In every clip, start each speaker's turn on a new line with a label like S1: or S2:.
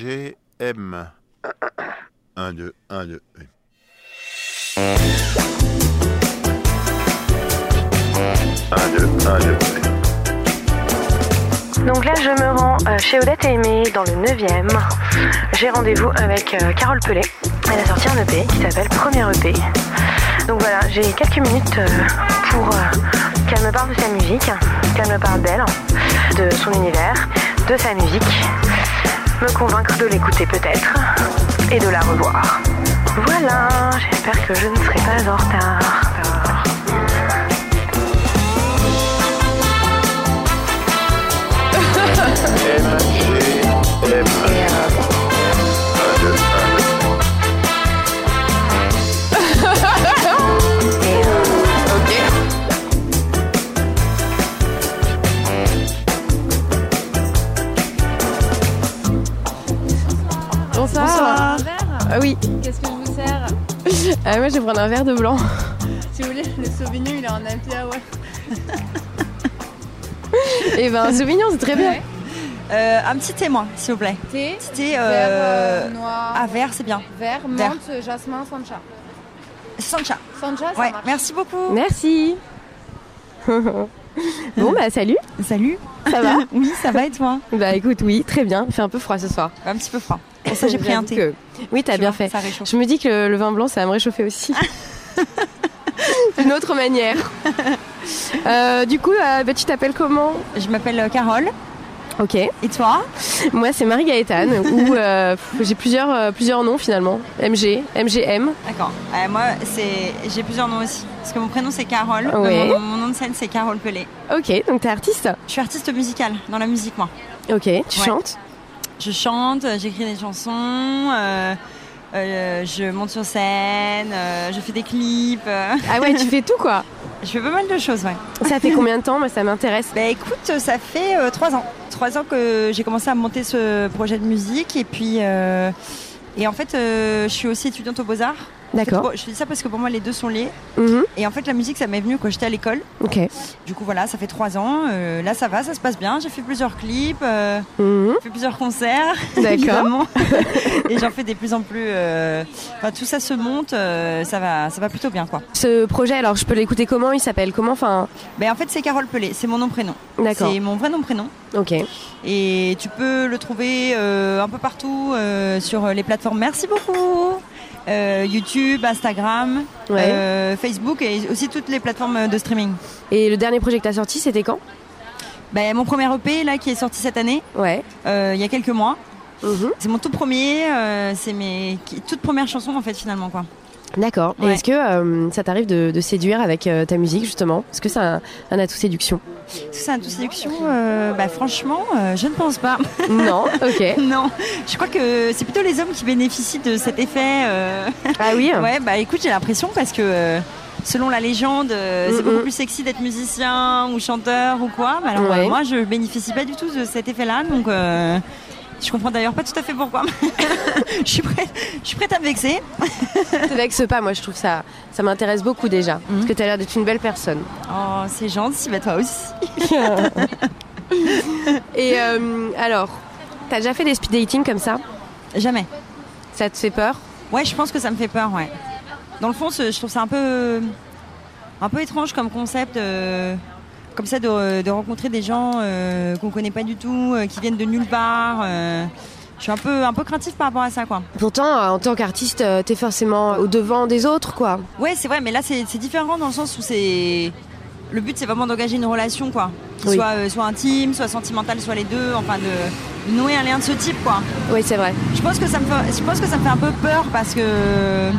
S1: MGM. 1, 2, 1, 2. Un, deux, un, deux.
S2: Donc là, je me rends euh, chez Odette et Aimé dans le 9ème. J'ai rendez-vous avec euh, Carole Pelé. Elle a sorti un EP qui s'appelle Premier EP. Donc voilà, j'ai quelques minutes euh, pour euh, qu'elle me parle de sa musique, qu'elle me parle d'elle, de son univers, de sa musique, me convaincre de l'écouter peut-être et de la revoir. Voilà, j'espère que je ne serai pas en retard.
S1: MGM. 1, 2, 1, 2.
S3: Bonsoir. Ah oui,
S4: Qu'est-ce que je vous sers
S3: Ah, moi je vais prendre un verre de blanc.
S4: Si vous voulez, le Sauvignon, il est en IPA, ouais.
S3: Et ben Sauvignon, c'est très bien.
S4: Ouais.
S5: Euh, un petit thé, moi, s'il vous plaît.
S4: Thé,
S5: Petit thé
S4: vert,
S5: euh,
S4: euh, noir,
S5: à verre, c'est bien.
S4: vert,
S5: vert.
S4: menthe, jasmin, sancha.
S5: Sancha.
S4: Sancha, ça
S5: Ouais,
S4: marche.
S5: merci beaucoup.
S3: Merci. bon bah salut.
S5: Salut.
S3: Ça va
S5: Oui, ça va et toi
S3: Bah écoute, oui, très bien. Il fait un peu froid ce soir.
S5: Un petit peu froid. Pour ça, j'ai pris un
S3: J'avoue
S5: thé.
S3: que- Oui, t'as
S5: Tu
S3: bien
S5: vois,
S3: fait.
S5: Ça Ah. réchauffe.
S3: Je me dis que le, le vin blanc, ça va me réchauffer aussi. D'une autre manière. Euh, du coup, euh, bah, tu t'appelles comment
S5: Je m'appelle euh, Carole.
S3: Ok.
S5: Et toi
S3: Moi, c'est Marie Gaëtane. ou euh, pff, j'ai plusieurs, euh, plusieurs noms finalement. MG, MGM.
S5: D'accord. Euh, moi, c'est... j'ai plusieurs noms aussi. Parce que mon prénom, c'est Carole. Euh,
S3: Ouais.
S5: Mon, mon nom de scène, c'est Carole Pelé.
S3: Ok, donc t'es artiste.
S5: Je suis artiste musicale, dans la musique, moi.
S3: Ok, tu chantes.
S5: Je chante, euh, j'écris des chansons, euh, euh, je monte sur scène, euh, je fais des clips. euh,
S3: Ah ouais, tu fais tout quoi.
S5: je fais pas mal de choses, ouais.
S3: Ça fait combien de temps Moi, ça m'intéresse.
S5: Bah écoute, ça fait euh, trois ans. Trois ans que j'ai commencé à monter ce projet de musique et puis euh, et en fait euh, je suis aussi étudiante aux beaux arts.
S3: D'accord.
S5: Je te dis ça parce que pour moi les deux sont liés.
S3: Mhm,
S5: Et en fait la musique ça m'est venu quand j'étais à l'école.
S3: Ok.
S5: Du coup voilà, ça fait trois ans. Euh, là ça va, ça se passe bien. J'ai fait plusieurs clips, euh,
S3: Mhm,
S5: j'ai fait plusieurs concerts.
S3: D'accord.
S5: évidemment. et j'en fais de plus en plus. euh, Enfin tout ça se monte, euh, ça va, ça va plutôt bien quoi.
S3: Ce projet, alors je peux l'écouter comment Il s'appelle comment Enfin,
S5: Mais Ben, en fait c'est Carole Pelé, c'est mon nom prénom.
S3: d'accord.
S5: C'est mon vrai nom prénom.
S3: Ok.
S5: Et tu peux le trouver euh, un peu partout euh, sur euh, les plateformes. Merci beaucoup. Euh, YouTube, Instagram,
S3: Ouais.
S5: euh, Facebook et aussi toutes les plateformes de streaming.
S3: Et le dernier projet que t'as sorti, c'était quand
S5: Ben, mon premier EP là qui est sorti cette année,
S3: Ouais.
S5: euh, il y a quelques mois.
S3: Mhm,
S5: C'est mon tout premier, euh, c'est mes qui- toutes premières chansons en fait finalement quoi.
S3: D'accord. Et
S5: Ouais.
S3: Est-ce que euh, ça t'arrive de, de séduire avec euh, ta musique justement Est-ce que c'est un, un atout séduction
S5: Est-ce que c'est un tout séduction Euh, bah, franchement, euh, je ne pense pas.
S3: Non. Ok.
S5: non, je crois que c'est plutôt les hommes qui bénéficient de cet effet. euh,
S3: Ah oui.
S5: Ouais, bah écoute, j'ai l'impression parce que euh, selon la légende, euh,
S3: Mm,
S5: c'est beaucoup
S3: mm.
S5: plus sexy d'être musicien ou chanteur ou quoi. Mais alors,
S3: Ouais.
S5: euh, moi, je bénéficie pas du tout de cet effet-là, donc euh, je comprends d'ailleurs pas tout à fait pourquoi. je, suis prête, je suis prête à me vexer.
S3: Te vexe pas. Moi, je trouve ça, ça m'intéresse beaucoup déjà. Parce que t'as l'air d'être une belle personne.
S5: Oh, c'est gentil, bah toi aussi.
S3: Et euh, alors, t'as déjà fait des speed dating comme ça
S5: Jamais.
S3: Ça te fait peur
S5: Ouais, je pense que ça me fait peur, ouais. Dans le fond, c'est- je trouve ça un peu, un peu étrange comme concept, euh, comme ça, de, de rencontrer des gens euh, qu'on connaît pas du tout, euh, qui viennent de nulle part. euh. je suis un peu, un peu craintif par rapport à ça, quoi.
S3: Pourtant, euh, en tant qu'artiste, euh, t'es forcément au devant des autres, quoi.
S5: Ouais, c'est vrai, mais là, c'est c'est différent dans le sens où c'est. Le but, c'est vraiment d'engager une relation, quoi. Qui
S3: Oui.
S5: soit, euh, soit intime, soit sentimentale, soit les deux. Enfin, de, de nouer un lien de ce type, quoi.
S3: Oui, c'est vrai.
S5: Je pense que ça me fait, je pense que ça me fait un peu peur parce que.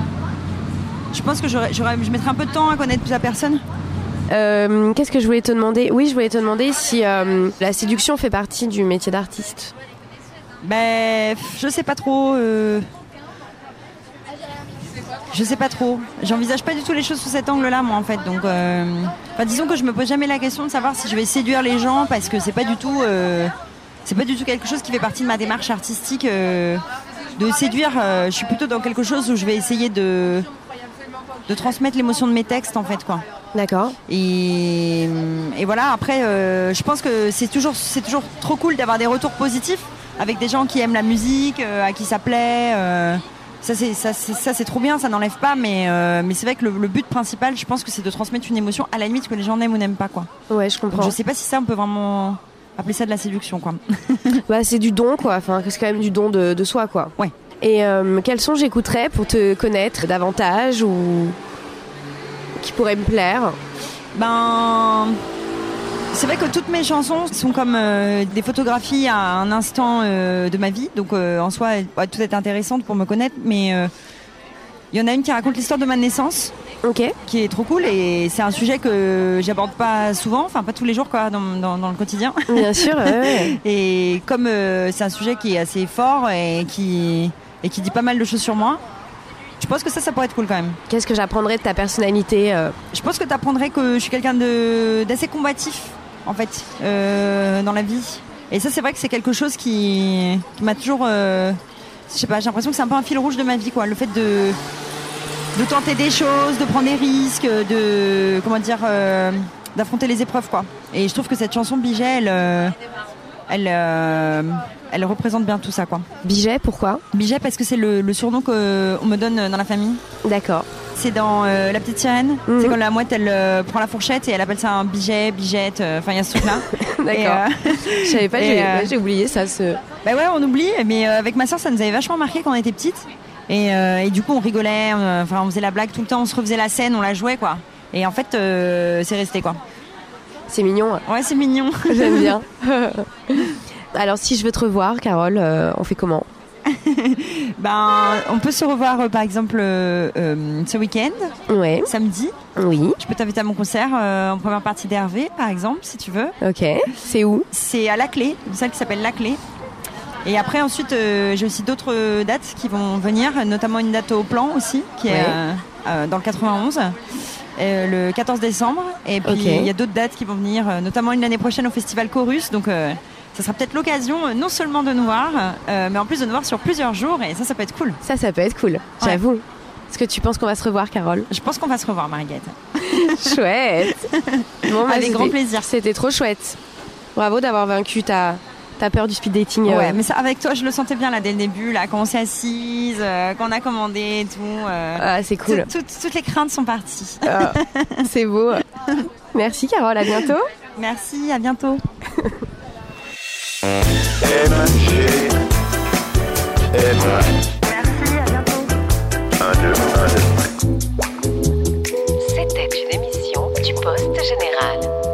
S5: Je pense que j'aurais, j'aurais- je mettrais un peu de temps à connaître la personne.
S3: Euh, Qu'est-ce que je voulais te demander Oui, je voulais te demander si euh, la séduction fait partie du métier d'artiste.
S5: Ben, pff, je sais pas trop. euh, Je sais pas trop. J'envisage pas du tout les choses sous cet angle-là, moi, en fait. Donc, euh, enfin, disons que je me pose jamais la question de savoir si je vais séduire les gens parce que c'est pas du tout, euh, c'est pas du tout quelque chose qui fait partie de ma démarche artistique euh, de séduire. euh, Je suis plutôt dans quelque chose où je vais essayer de de transmettre l'émotion de mes textes, en fait, quoi.
S3: D'accord.
S5: Et, et voilà, après, euh, je pense que c'est toujours, c'est toujours trop cool d'avoir des retours positifs. avec des gens qui aiment la musique, euh, à qui ça plaît. euh, ça c'est ça c'est ça, c'est trop bien, ça n'enlève pas, mais euh, mais c'est vrai que le, le but principal, je pense que c'est de transmettre une émotion à la limite que les gens aiment ou n'aiment pas quoi.
S3: Ouais, je
S5: Donc,
S3: comprends.
S5: je sais pas si ça on peut vraiment appeler ça de la séduction quoi.
S3: Bah, c'est du don, quoi. Enfin, c'est quand même du don de, de soi, quoi.
S5: Ouais.
S3: Et euh, quel son j'écouterais pour te connaître davantage ou qui pourrait me plaire
S5: Ben. C'est vrai que toutes mes chansons sont comme euh, des photographies à un instant euh, de ma vie. Donc euh, en soi, elles- ouais, tout est intéressante pour me connaître. Mais euh, il y en a une qui raconte l'histoire de ma naissance,
S3: Ok.
S5: qui est trop cool. Et c'est un sujet que j'aborde pas souvent, enfin pas tous les jours quoi, dans, dans- dans le quotidien.
S3: Bien sûr. ouais, ouais.
S5: Et comme euh, c'est un sujet qui est assez fort et qui, et qui dit pas mal de choses sur moi, je pense que ça, ça pourrait être cool quand même.
S3: Qu'est-ce que j'apprendrais de ta personnalité euh,
S5: Je pense que tu apprendrais que je suis quelqu'un de- d'assez combatif, en fait, euh, dans la vie. Et ça, c'est vrai que c'est quelque chose qui, qui m'a toujours. euh, je sais pas, j'ai l'impression que c'est un peu un fil rouge de ma vie, quoi. Le fait de, de tenter des choses, de prendre des risques, de. Comment dire euh, D'affronter les épreuves, quoi. Et je trouve que cette chanson Biget, elle. euh, elle, euh, elle représente bien tout ça, quoi.
S3: Biget, pourquoi
S5: Biget, parce que c'est le, le surnom qu'on me donne dans la famille.
S3: D'accord.
S5: C'est dans euh, La Petite Sirène.
S3: Mhm.
S5: C'est quand la mouette, elle euh, prend la fourchette et elle appelle ça un biget, bijette. euh, Enfin, il y a ce truc-là. Et,
S3: D'accord.
S5: euh,
S3: Je savais pas,
S5: et,
S3: j'ai
S5: euh,
S3: ouais, j'ai oublié ça. Ce...
S5: bah ouais, on oublie, mais euh, avec ma soeur, ça nous avait vachement marqué quand on était petites. Et, euh, et du coup, on rigolait, on- euh, enfin, on faisait la blague tout le temps, on se refaisait la scène, on la jouait, quoi. Et en fait, euh, c'est resté, quoi.
S3: C'est mignon. hein.
S5: Ouais, c'est mignon.
S3: J'aime bien. Alors, si je veux te revoir, Carole, euh, on fait comment
S5: ben, on peut se revoir, euh, par exemple, euh, euh, ce week-end,
S3: Ouais.
S5: samedi.
S3: Oui.
S5: Je peux t'inviter à mon concert euh, en première partie d'Hervé, par exemple, si tu veux.
S3: Ok. C'est où
S5: C'est à La Clé, une salle qui s'appelle La Clé. Et après, ensuite, euh, j'ai aussi d'autres euh, dates qui vont venir, notamment une date au plan aussi, qui est
S3: Ouais.
S5: euh, euh, dans le 91, euh, le 14 décembre. Et puis,
S3: Ok.
S5: il y a d'autres dates qui vont venir, euh, notamment une l'année prochaine au Festival Chorus. Donc, euh, ça sera peut-être l'occasion euh, non seulement de nous voir, euh, mais en plus de nous voir sur plusieurs jours. Et ça, ça peut être cool.
S3: Ça, ça peut être cool. J'avoue. Est-ce que tu penses qu'on va se revoir, Carole
S5: Je pense qu'on va se revoir, Marguerite.
S3: Chouette. Bon, bah,
S5: Avec grand
S3: c'était-
S5: plaisir.
S3: C'était trop chouette. Bravo d'avoir vaincu ta, ta peur du speed dating. euh.
S5: Ouais, mais ça, avec toi, je le sentais bien là dès le début, là, quand on s'est assise, euh, quand on a commandé et tout. euh,
S3: Ah, c'est cool.
S5: tout- tout- toutes les craintes sont parties.
S3: Ah, c'est beau. Merci, Carole. À bientôt.
S5: Merci, à bientôt.
S1: MG.
S6: C'était une émission du Poste Général.